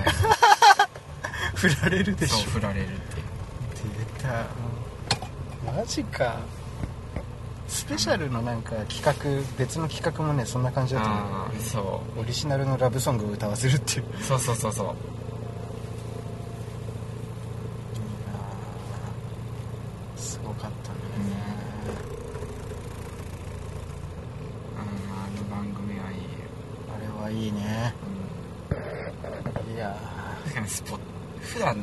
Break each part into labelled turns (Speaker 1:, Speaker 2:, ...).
Speaker 1: 振られるで
Speaker 2: そう
Speaker 1: しょ
Speaker 2: 振られるって
Speaker 1: 出たマジかスペシャルのなんか企画別の企画もねそんな感じだと
Speaker 2: あ
Speaker 1: 思
Speaker 2: あそう
Speaker 1: オリジナルのラブソングを歌わせるっていういい
Speaker 2: そうそうそうそう
Speaker 1: なあすごかったね
Speaker 2: あのあの番組はいいよ、
Speaker 1: あれはいいねいや
Speaker 2: 確かにスポ普段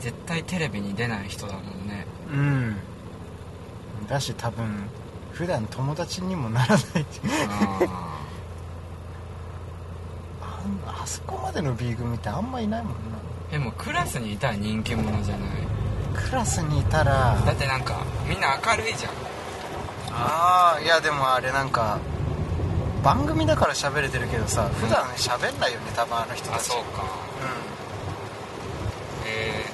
Speaker 2: 絶対テレビに出ない人だもん ね
Speaker 1: うんだし多分普段友達にもならない
Speaker 2: あ
Speaker 1: あんあそこまでの B 組ってあんまいないもんな
Speaker 2: ーでもクラスにいたら人気者じゃない
Speaker 1: クラスにいたら
Speaker 2: だってなんかみんな明るいじゃん
Speaker 1: ああいやでもあれなんか番組だから喋れてるけどさ普段喋んないよね多分あの人たち
Speaker 2: あそうかえ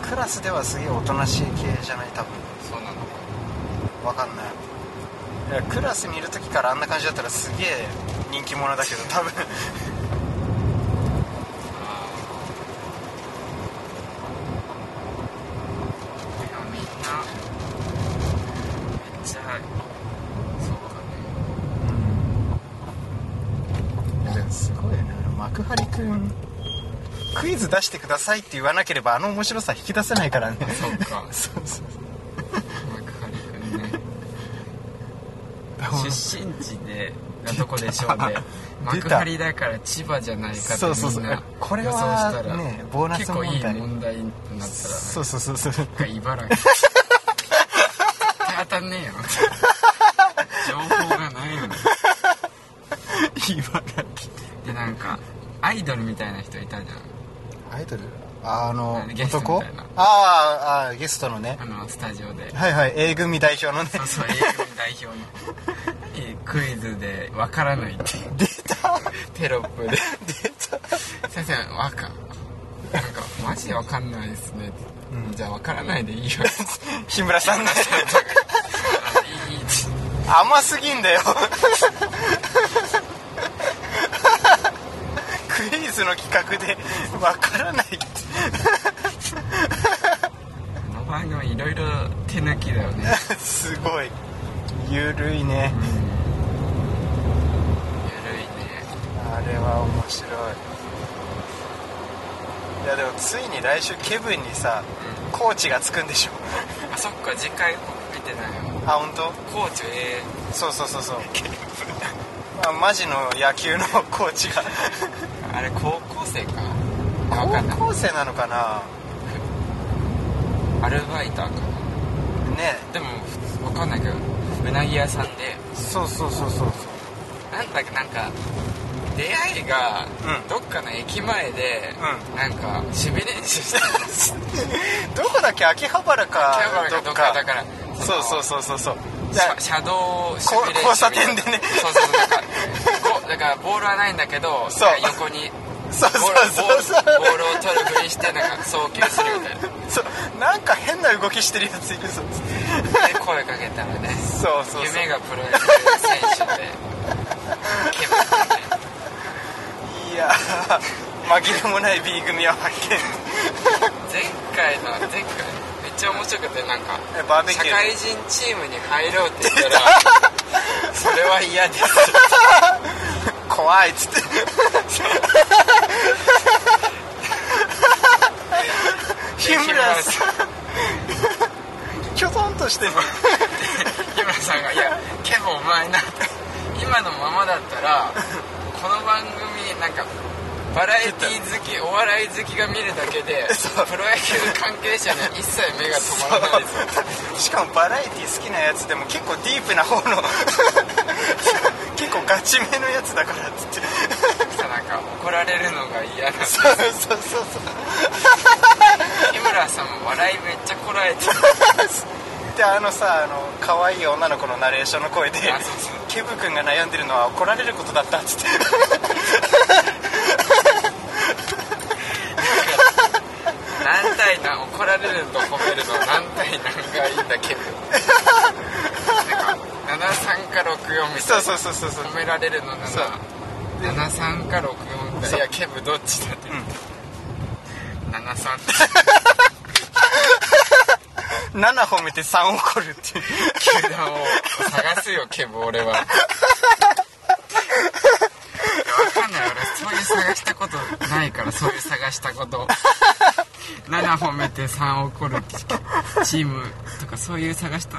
Speaker 1: うん、クラスではすげえおとなしい系じゃない多分
Speaker 2: ー、そうなのか
Speaker 1: わかんないいやクラスにいる時からあんな感じだったらすげえ人気者だけど多分
Speaker 2: いやみんなめっちゃそうかね
Speaker 1: いやでもすごいよね幕張くんクイズ出してくださいって言わなければあの面白さ引き出せないからね
Speaker 2: そうか
Speaker 1: そうそう
Speaker 2: 幕張くんね
Speaker 1: だから
Speaker 2: 出身地でがどこでしょ うで幕張だから千葉じゃないかって
Speaker 1: そうそうそう
Speaker 2: みんな
Speaker 1: これは
Speaker 2: 予想したら
Speaker 1: ねボーナス問題
Speaker 2: 結構いい問題になったら
Speaker 1: そうそうそうそう
Speaker 2: なんか茨 城絶対当たんねえよ情報がないよね
Speaker 1: 茨
Speaker 2: でなんかアイドルみたいな人いたじ
Speaker 1: アイドルあの
Speaker 2: ゲストみ
Speaker 1: 男
Speaker 2: たいな
Speaker 1: あーあーゲストのね
Speaker 2: ゃんあのスタジオで
Speaker 1: はいはい A 組代表のね
Speaker 2: そうそう英語代 表のえクイズでわからないっていう
Speaker 1: 出た
Speaker 2: テロップで
Speaker 1: 出た
Speaker 2: 先生わかなんかマジでわかんないですね、じゃあわからないでいいよ
Speaker 1: 日村さんの
Speaker 2: あいいいい
Speaker 1: 甘すぎんだよクイズの企画でわからないって
Speaker 2: この番組いろいろ手抜きだ よね
Speaker 1: すごいゆるいね
Speaker 2: ゆるい
Speaker 1: あれは面白いいやでもついに来週ケブンにさコーチがつくんでしょ
Speaker 2: ねあそっか次回見てないよ
Speaker 1: あ本当？
Speaker 2: コーチえ
Speaker 1: そうそうそうそうあマジの野球のコーチが
Speaker 2: ーあれ高校生かあわかんない
Speaker 1: 高校生なのかな
Speaker 2: アルバイターか
Speaker 1: ね
Speaker 2: でもわかんないけどうなぎ屋さんで
Speaker 1: そうそうそうそう
Speaker 2: なんだっけなんか出会いが
Speaker 1: うん
Speaker 2: どっかの駅前で、
Speaker 1: う
Speaker 2: なんか守備練習してたんですよ
Speaker 1: どこだっけ秋葉原か
Speaker 2: キャバレー
Speaker 1: ど
Speaker 2: か
Speaker 1: っ
Speaker 2: ど
Speaker 1: か
Speaker 2: っかだから
Speaker 1: そうそう
Speaker 2: そ
Speaker 1: そうそうそう
Speaker 2: の
Speaker 1: じゃ
Speaker 2: 車車道守備練習
Speaker 1: こ交差点でね
Speaker 2: そうそうそうだからこうだからボールはないんだけど
Speaker 1: そう
Speaker 2: なんか横に
Speaker 1: そう
Speaker 2: ボ
Speaker 1: そ
Speaker 2: ー
Speaker 1: う
Speaker 2: ル
Speaker 1: そうそう
Speaker 2: ボールを取るふりしてなんか送球するみたいなで
Speaker 1: そうなんか変な動きしてるやついるそう
Speaker 2: 声かけたらね
Speaker 1: そうそうそう
Speaker 2: 夢がプロ野球選手でケバブみたいない
Speaker 1: やー紛れもない B 組は発見
Speaker 2: 前回の前回めっちゃ面白くてなんか
Speaker 1: えバーベキ
Speaker 2: 社
Speaker 1: ュー
Speaker 2: 会人チームに入ろうって言っ たらそれは嫌です
Speaker 1: 怖いっ つって 日村さんきょとんとしてる
Speaker 2: 日村さんが「いやケボお前な」今のままだったらこの番組なんかバラエティ好きお笑い好きが見るだけで
Speaker 1: そう
Speaker 2: プロ野球関係者には一切目が止まらないですよ
Speaker 1: しかもバラエティ好きなやつでも結構ディープな方の 結構ガチめのやつだからっつって
Speaker 2: なんか怒られるのが嫌な
Speaker 1: そうそうそうそう
Speaker 2: 日村さんも笑いめっちゃこらえてる
Speaker 1: であのさあの可愛い女の子のナレーションの声で
Speaker 2: あそうそう
Speaker 1: ケブ君が悩んでるのは怒られることだったっつって
Speaker 2: 何対何怒られると褒めるの何対何がいいんだけどなんか73か64みたい
Speaker 1: そ
Speaker 2: な
Speaker 1: うそうそうそうそう
Speaker 2: 褒められるのなら
Speaker 1: そう
Speaker 2: 73か64だいやケブどっちだって、73って
Speaker 1: 7褒めて3怒るっていう
Speaker 2: 球団を 探すよケブ俺はいやわかんない俺そういう探したことないからそういう探したこと7褒めて3怒るチームとかそういう探した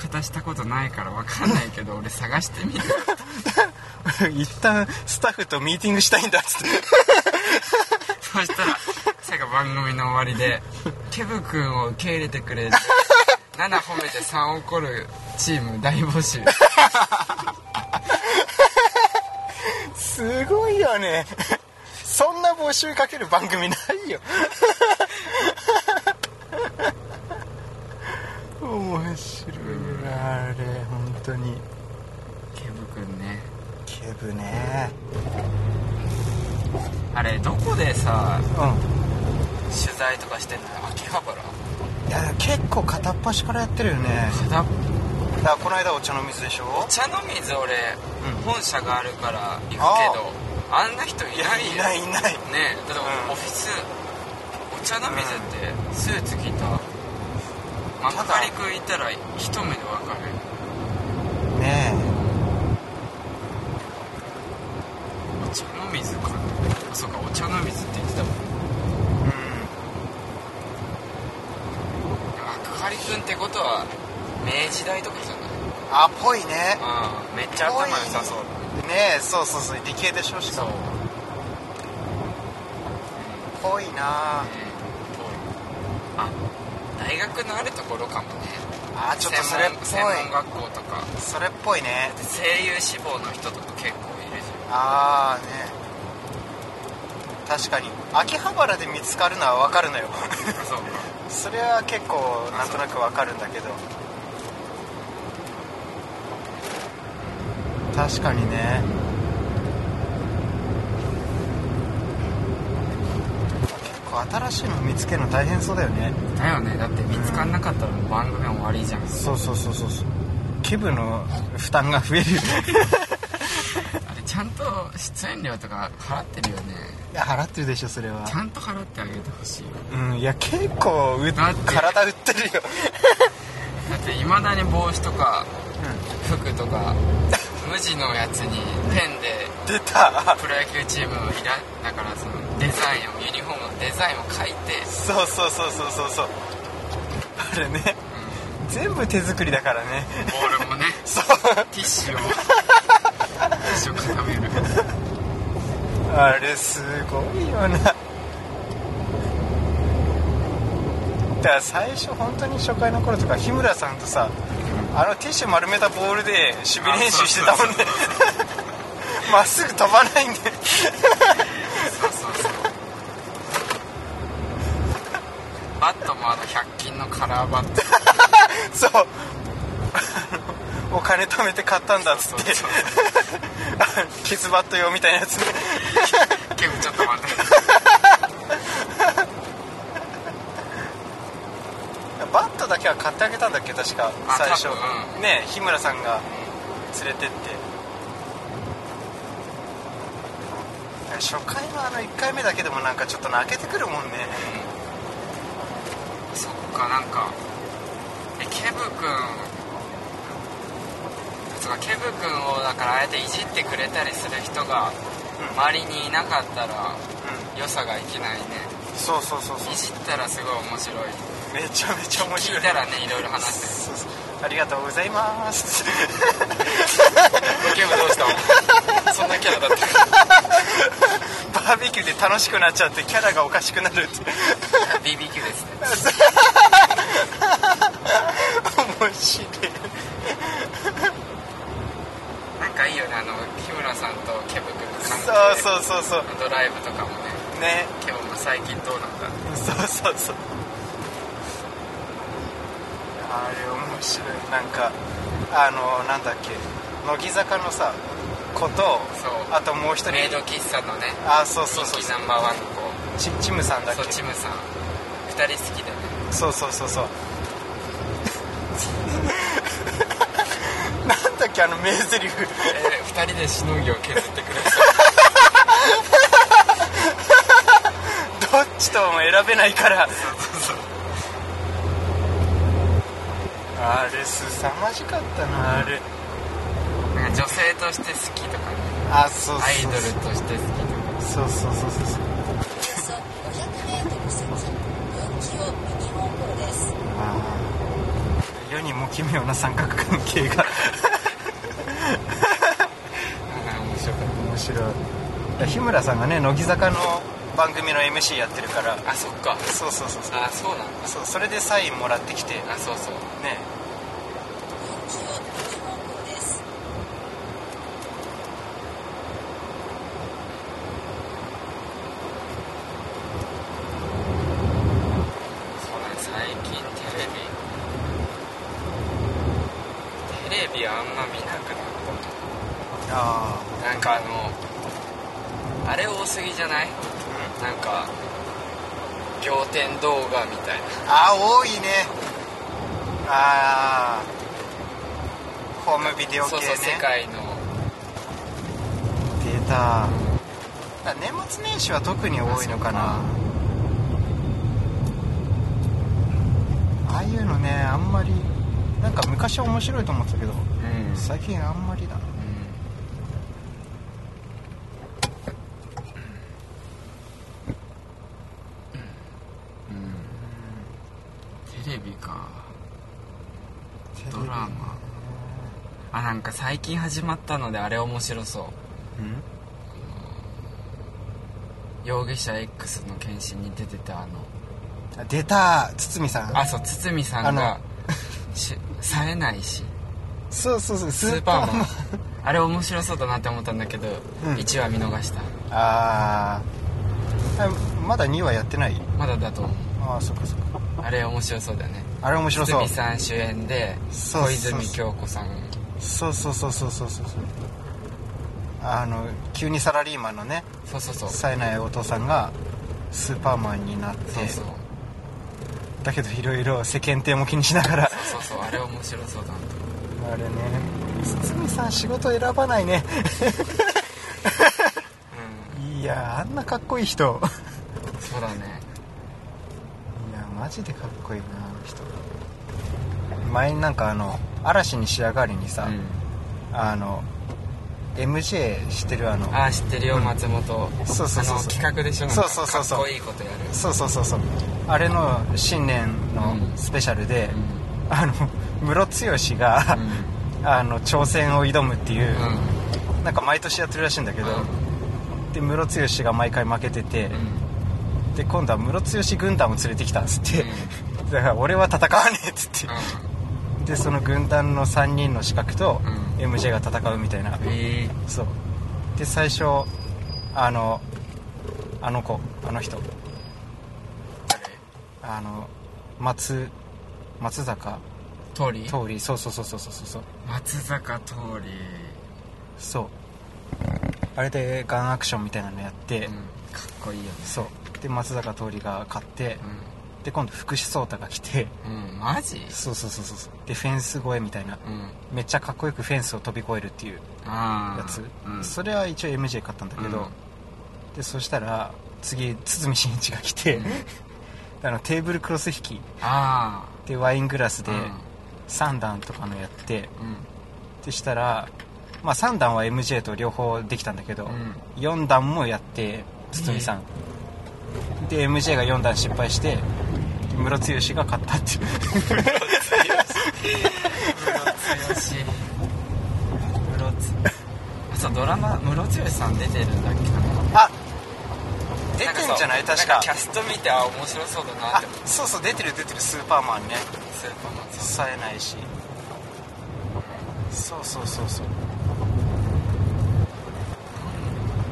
Speaker 2: 方したことないからわかんないけど俺探してみる
Speaker 1: 一旦スタッフとミーティングしたいんだっつって
Speaker 2: そしたら最後番組の終わりで「ケブ君を受け入れてくれ」7褒めて3怒るチーム大募集
Speaker 1: すごいよねそんな募集かける番組ないよ面白いなあれ本当に
Speaker 2: ケブ君ね
Speaker 1: ケブね
Speaker 2: あれどこでさ
Speaker 1: う
Speaker 2: 取材とかしてんの秋葉原
Speaker 1: んいや結構片っ端からやってるよね
Speaker 2: だ
Speaker 1: だからこの間お茶の水でしょ
Speaker 2: 茶の水俺、
Speaker 1: うん
Speaker 2: 本社があるから行くけどあんな人いないよ
Speaker 1: いないいない
Speaker 2: ねえだって
Speaker 1: うん
Speaker 2: オフィスお茶の水ってスーツ着たま
Speaker 1: ただ
Speaker 2: かりくんいたら一目でわかる
Speaker 1: ね
Speaker 2: お茶の水かあそうかお茶の水って言ってたもん
Speaker 1: えうん
Speaker 2: まかりくんってことは明治大とかじゃない
Speaker 1: あぽいね
Speaker 2: ああめっちゃ頭良さそう
Speaker 1: ねえそうそうそう理系でしょしか
Speaker 2: そう
Speaker 1: もぽいな
Speaker 2: あ大学のあるところかもね
Speaker 1: あちょっとそれっぽ
Speaker 2: 専門
Speaker 1: い
Speaker 2: 専門学校とか
Speaker 1: それっぽいね
Speaker 2: で声優志望の人とか結構いるじ
Speaker 1: ああね確かに秋葉原で見つかるのは分かるのよ
Speaker 2: ゃんそうか
Speaker 1: それは結構なんとなく分かるんだけど確かにね結構新しいの見つけるの大変そうだよね
Speaker 2: だよねだって見つかんなかったらもう番組終わりじゃん
Speaker 1: そうそうそうそうそう気分の負担が増える
Speaker 2: あれちゃんと出演料とか払ってるよね
Speaker 1: いや払ってるでしょそれは
Speaker 2: ちゃんと払ってあげてほしいよ
Speaker 1: うんいや結構う
Speaker 2: だって
Speaker 1: 体打ってるよ、
Speaker 2: だっていまだに帽子とか服とか無地のやつにペンで
Speaker 1: 出た
Speaker 2: プロ野球チームのイラだからそのデザインをユニフォームのデザインを書いて
Speaker 1: そうそうそうそうそうそうあれね全部手作りだからね
Speaker 2: ボールもね
Speaker 1: そう
Speaker 2: ティッシュを ティッシュを固める
Speaker 1: あれすごいよなだから最初本当に初回の頃とか日村さんとさあのティッシュ丸めたボールで守備練習してたもんね まっすぐ飛ばないんで
Speaker 2: そうそうそうバットもあの100均のカラーバット
Speaker 1: そうあのお金貯めて買ったんだっつって
Speaker 2: そう
Speaker 1: あのキズバット用みたいなやつね
Speaker 2: ケブちょっと待って
Speaker 1: バットだけは買ってあげたんだっけ確か
Speaker 2: あ
Speaker 1: 最初
Speaker 2: 多分う
Speaker 1: ねえ日村さんが連れてって初回のあの1回目だけでもなんかちょっと泣けてくるもんね
Speaker 2: そっかなんかえケブくんそうかケブくんをだからああやっていじってくれたりする人が
Speaker 1: うん、
Speaker 2: 周りにいなかったら良さがいけないね
Speaker 1: そうそうそうそう
Speaker 2: いじったらすごい面白い
Speaker 1: めちゃめちゃ面白
Speaker 2: 聞
Speaker 1: い
Speaker 2: いたらねいろいろ話して
Speaker 1: そうそうありがとうございます
Speaker 2: ケブど うしたそんなキャラだった
Speaker 1: バーベキューで楽しくなっちゃってキャラがおかしくなるって
Speaker 2: BBQ ですね
Speaker 1: 面白い
Speaker 2: なんかいいよねあの日村さんとケブ君の関係
Speaker 1: そうそうそうそう
Speaker 2: ドライブとかもね
Speaker 1: ね
Speaker 2: ケブも最近どうなんだって
Speaker 1: そうそうそうあれ面白いなんかあのなんだっけ乃木坂のさ子と
Speaker 2: そう
Speaker 1: あともう一人
Speaker 2: メイド喫茶のね
Speaker 1: あそうそう
Speaker 2: 人
Speaker 1: そう
Speaker 2: 気
Speaker 1: そう
Speaker 2: ナンバーワンの
Speaker 1: チチムさんだっ
Speaker 2: 子
Speaker 1: け
Speaker 2: そうチムさん二人好きだね
Speaker 1: そうそうそうそうなんだっけあの名台詞
Speaker 2: えー、2人でしのぎを削ってくれそう
Speaker 1: 人も選べないから
Speaker 2: そうそう
Speaker 1: あれ凄まじかったなあれ
Speaker 2: なんか女性として好きとかね
Speaker 1: あそうそう
Speaker 2: アイドル
Speaker 1: そう
Speaker 2: として好きとか
Speaker 1: そうそうそうそうそう
Speaker 3: およそ 500m 先分岐を右方向です
Speaker 1: 世にも奇妙な三角関係が
Speaker 2: ああ面白かっ
Speaker 1: 面白いいや日村さんがね乃木坂の番組の MC やってるから
Speaker 2: たあそっか
Speaker 1: そうそうそうそう
Speaker 2: あそうなんだ
Speaker 1: そうそれでサインもらってきてね
Speaker 2: あそうそう
Speaker 3: 分岐を右方向です
Speaker 2: そうなんです最近テレビテレビあんま見なくなっ
Speaker 1: あ
Speaker 2: たなんかあのあれ多すぎじゃないなんか仰天動画みたいな
Speaker 1: あ多いねああホームビデオ系
Speaker 2: そう
Speaker 1: ね
Speaker 2: そう世界の
Speaker 1: 出ただ年末年始は特に多いのかなああいうのねあんまりなんか昔は面白いと思ってたけど
Speaker 2: うん
Speaker 1: 最近あんまりだな
Speaker 2: テレビか
Speaker 1: テレビ
Speaker 2: ドラマあなんか最近始まったのであれ面白そう
Speaker 1: うん
Speaker 2: 容疑者 X の検診に出てたあの
Speaker 1: あ出た堤さん
Speaker 2: あそう堤さん
Speaker 1: あ
Speaker 2: がし冴えないし
Speaker 1: そうそうそう
Speaker 2: スーパーマンあれ面白そうだなって思ったんだけど、
Speaker 1: うん
Speaker 2: 1話見逃した
Speaker 1: あーあまだ2話やってない
Speaker 2: まだだと思う
Speaker 1: ああそっかそっか
Speaker 2: あれ面白そうだよね
Speaker 1: あれ面白そう
Speaker 2: 堤さん主演で
Speaker 1: そう
Speaker 2: 小泉今日子さん
Speaker 1: そうそうそうそうそうそうそうあの急にサラリーマンのね
Speaker 2: そうそうそうそ
Speaker 1: 冴えないお父さんがスーパーマンになって
Speaker 2: うそう
Speaker 1: だけどいろいろ世間体も気にしながら
Speaker 2: そうそうあれ面白そうだなと
Speaker 1: あれね堤さん仕事選ばないねいやあんなかっこいい人
Speaker 2: うんそうだね
Speaker 1: いやマジでかっこいいなあの人前になんかあの嵐に仕上がりにさ、
Speaker 2: うん
Speaker 1: あの MJ してるあの
Speaker 2: ああ知ってるよ松本
Speaker 1: そうそうそうそう
Speaker 2: あの企画でしょなんか
Speaker 1: そうそうそうそう
Speaker 2: かっこいいことやる
Speaker 1: そうそうそうそうあれの新年のスペシャルで、あのムロツヨシが、
Speaker 2: うん、う
Speaker 1: あの挑戦を挑むっていう、
Speaker 2: んうん
Speaker 1: なんか毎年やってるらしいんだけど、でムロツヨシが毎回負けてて
Speaker 2: う、ん
Speaker 1: で今度はムロツヨシ軍団を連れてきたっつって、
Speaker 2: う ん
Speaker 1: だから俺は戦わねえっつって、でその軍団の3人の資格と
Speaker 2: う
Speaker 1: MJ が戦うみたいな、
Speaker 2: うんええ
Speaker 1: そうで最初あのあの子あの人あの松松坂
Speaker 2: 通り
Speaker 1: 桃李そうそうそうそうそうそうそう
Speaker 2: 松坂通り、
Speaker 1: そうあれでガンアクションみたいなのやって、
Speaker 2: うん、かっこいいよね
Speaker 1: そうで松坂桃李が勝って、で今度福士蒼汰が来て
Speaker 2: うん、うん、マジ
Speaker 1: そうそうそうそうそうでフェンス越えみたいな
Speaker 2: うん
Speaker 1: めっちゃかっこよくフェンスを飛び越えるっていう
Speaker 2: ああ
Speaker 1: やつ、
Speaker 2: うん、
Speaker 1: それは一応 MJ 勝ったんだけど、でそしたら次堤真一が来て、
Speaker 2: うん
Speaker 1: あのテーブルクロス引き
Speaker 2: あ
Speaker 1: でワイングラス
Speaker 2: あ
Speaker 1: で3段とかのやって、
Speaker 2: うん
Speaker 1: でしたら、まあ、3段は MJ と両方できたんだけど、
Speaker 2: うん
Speaker 1: 4段もやって堤さん、で MJ が4段失敗してムロツヨシが勝ったっていう
Speaker 2: ムロツヨシムロツあそうドラマムロツヨシさん出てるんだっけな
Speaker 1: あ出てんじゃない
Speaker 2: んさ
Speaker 1: 確か
Speaker 2: んキャスト見てあ面白そうだな
Speaker 1: あ
Speaker 2: って思って
Speaker 1: そうそう出てる出てるスーパーマンね
Speaker 2: スーパーマンさん
Speaker 1: 冴えないしそうそうそうそう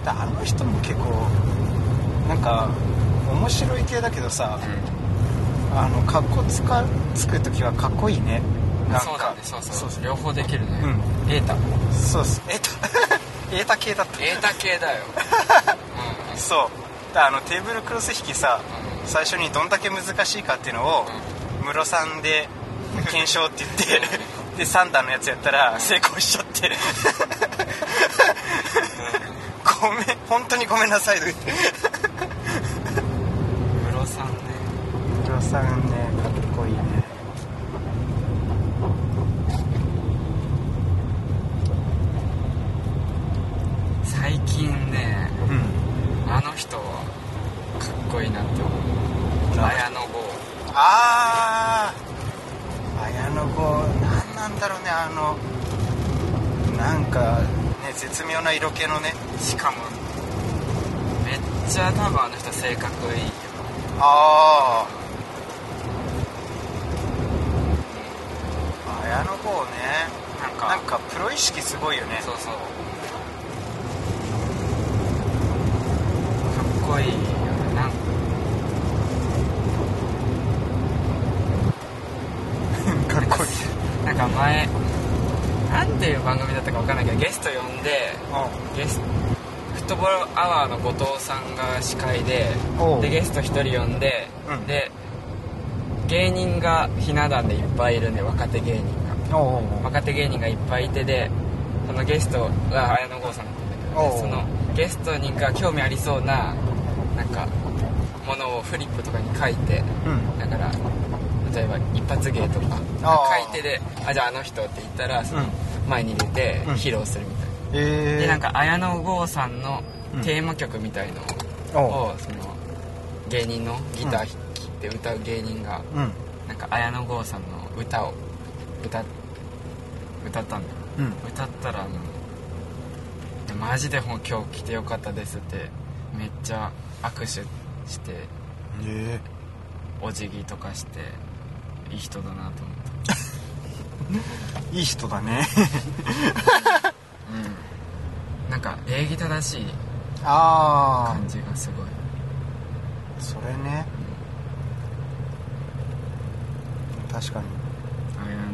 Speaker 1: だあの人も結構なんか面白い系だけどさあのかっこつかつく時はかっこいいねなんか
Speaker 2: そうだねそうそう
Speaker 1: そうそう
Speaker 2: 両方できるね
Speaker 1: うん
Speaker 2: エータ
Speaker 1: そうそうえっと エータ系だっ
Speaker 2: エータ系だよ
Speaker 1: たそうだあのテーブルクロス引きさ
Speaker 2: うんうん
Speaker 1: 最初にどんだけ難しいかっていうのをムロさんで検証って言って で3段のやつやったら成功しちゃって ごめん本当にごめんなさいとか言って
Speaker 2: ムロ
Speaker 1: さんねかっこいいね
Speaker 2: 最近ね
Speaker 1: うん
Speaker 2: あの人かっこいいなって思う綾野剛
Speaker 1: ああ綾野剛何なんだろうねあのなんかね絶妙な色気のね
Speaker 2: しかもめっちゃ多分あの人性格いいよ
Speaker 1: ああ綾野剛ね
Speaker 2: なんか
Speaker 1: なんかプロ意識すごいよね
Speaker 2: そうそうかっこいいよねなんか
Speaker 1: かっこいい
Speaker 2: なんか前なんていう番組だったか分かんないけどゲスト呼んでゲスフットボールアワーの後藤さんが司会で
Speaker 1: おう
Speaker 2: でゲスト1人呼んで、
Speaker 1: うん
Speaker 2: で芸人がひな壇でいっぱいいるんで若手芸人
Speaker 1: うんおお
Speaker 2: が若手芸人がいっぱいいてでそのゲストが綾野剛さんだったんだ
Speaker 1: おう
Speaker 2: けどそのゲストにが興味ありそうななんかものをフリップとかに書いて
Speaker 1: うん
Speaker 2: だから例えば一発芸とか
Speaker 1: あー
Speaker 2: 書いてで「あじゃああの人」って言ったらその前に出て
Speaker 1: うん
Speaker 2: 披露するみたいな。
Speaker 1: え
Speaker 2: で
Speaker 1: ー、
Speaker 2: なんか綾野剛さんの
Speaker 1: うん
Speaker 2: テーマ曲みたい
Speaker 1: お
Speaker 2: の
Speaker 1: う
Speaker 2: を、その芸人のギター弾きって歌う芸人が
Speaker 1: うん
Speaker 2: なんか綾野剛さんの歌を歌っ歌ったんだよ
Speaker 1: うん
Speaker 2: 歌ったらもう「マジでもう今日来てよかったです」ってめっちゃ握手して
Speaker 1: え
Speaker 2: お辞儀とかしていい人だなと思った
Speaker 1: ー、いい人だ ね
Speaker 2: うんなんか礼儀正しい
Speaker 1: あ
Speaker 2: 感じがすごい
Speaker 1: あそれね確かに
Speaker 2: 綾野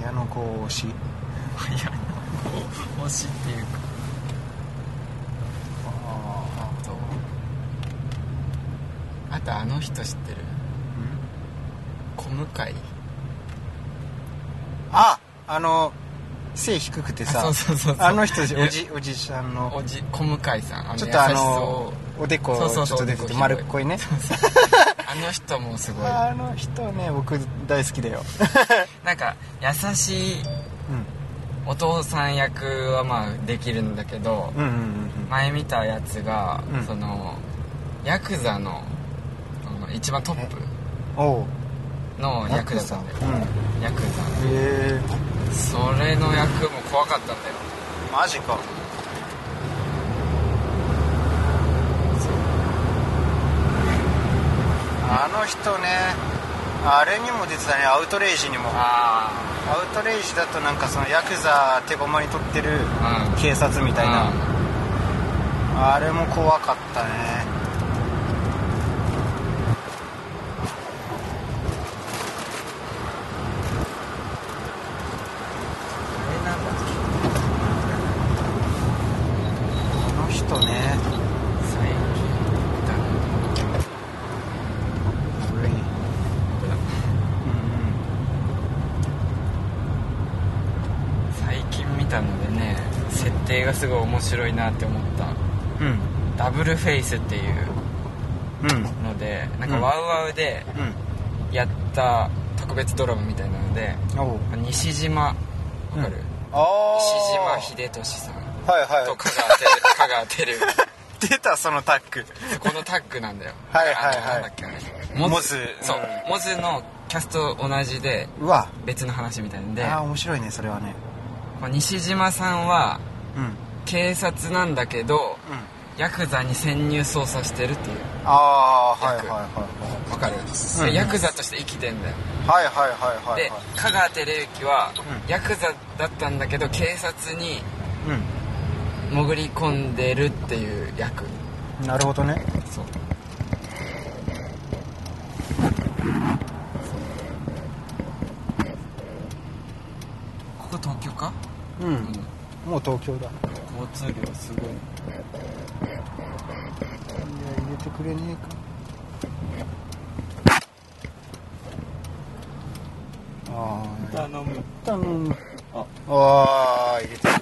Speaker 2: うん
Speaker 1: 綾野剛推し
Speaker 2: いや欲しいっていうか
Speaker 1: あ
Speaker 2: あとあとあの人知ってる
Speaker 1: あうん
Speaker 2: 小向井
Speaker 1: ああの背低くて
Speaker 2: あ
Speaker 1: さ
Speaker 2: そうそうそうそう
Speaker 1: あの人おじおじさんの
Speaker 2: おじ小向井さんあの
Speaker 1: ちょっ
Speaker 2: 優し
Speaker 1: とあ
Speaker 2: そ
Speaker 1: のおでこ
Speaker 2: そうそう
Speaker 1: ち
Speaker 2: そ
Speaker 1: ょ
Speaker 2: う
Speaker 1: っと出
Speaker 2: お
Speaker 1: て
Speaker 2: で
Speaker 1: て
Speaker 2: こ
Speaker 1: 丸っこいね
Speaker 2: うあの人もすご い
Speaker 1: あの人ね僕大好きだよ
Speaker 2: なんか優しい
Speaker 1: うん
Speaker 2: お父さん役はまあできるんだけど
Speaker 1: うんうんうん
Speaker 2: 前見たやつが、
Speaker 1: うん
Speaker 2: そのヤクザのあの一番トップ
Speaker 1: うんおう
Speaker 2: の役だったんだよ
Speaker 1: うんへ
Speaker 2: ヤク
Speaker 1: え
Speaker 2: ザそれの役も怖かったんだよ
Speaker 1: マジかあの人ねあれにも出てたねアウトレイジにもア
Speaker 2: あ
Speaker 1: ウトレイジだとなんかそのヤクザ手駒に取ってる
Speaker 2: あうん
Speaker 1: 警察みたいな
Speaker 2: うん
Speaker 1: あれも怖かったね
Speaker 2: あれなんだっ
Speaker 1: あの
Speaker 2: け
Speaker 1: 人ね
Speaker 2: 最近だ
Speaker 1: 古いうん
Speaker 2: 最近見たのでね設定がすごい面白いなって思った
Speaker 1: うん
Speaker 2: ダブルフェイスっていう
Speaker 1: うん
Speaker 2: のでなんか
Speaker 1: うん
Speaker 2: ワウワウでやった特別ドラマみたいなので
Speaker 1: うんおう
Speaker 2: 西島わかる、
Speaker 1: ああ
Speaker 2: 西島秀俊さん
Speaker 1: はいはい
Speaker 2: と香川照 香川照之
Speaker 1: 出たそのタッグ
Speaker 2: そこのタッグなんだよ
Speaker 1: はいはいはい
Speaker 2: あのなんだっけあれ
Speaker 1: モズ
Speaker 2: そう、
Speaker 1: う
Speaker 2: モズのキャスト同じで
Speaker 1: うわ
Speaker 2: 別の話みたいなんで
Speaker 1: ああ面白いねそれはね
Speaker 2: こう西島さんは
Speaker 1: うんうん
Speaker 2: 警察なんだけどヤクザに潜入捜査してるっていう
Speaker 1: ああーはい
Speaker 2: ヤ
Speaker 1: はい
Speaker 2: ク
Speaker 1: は
Speaker 2: わかる、
Speaker 1: うん
Speaker 2: でヤクザとして生きてんだよ、
Speaker 1: いはいはいはいはいはい
Speaker 2: で香川照之は、
Speaker 1: う
Speaker 2: ヤクザだったんだけど警察に
Speaker 1: う
Speaker 2: 潜り込んでるっていう役
Speaker 1: んなるほどね
Speaker 2: そうここ東京か
Speaker 1: うんもう東京だいや
Speaker 2: 交通量すごい
Speaker 1: 入れてくれねえかああ
Speaker 2: 頼む
Speaker 1: 頼むああ入れてく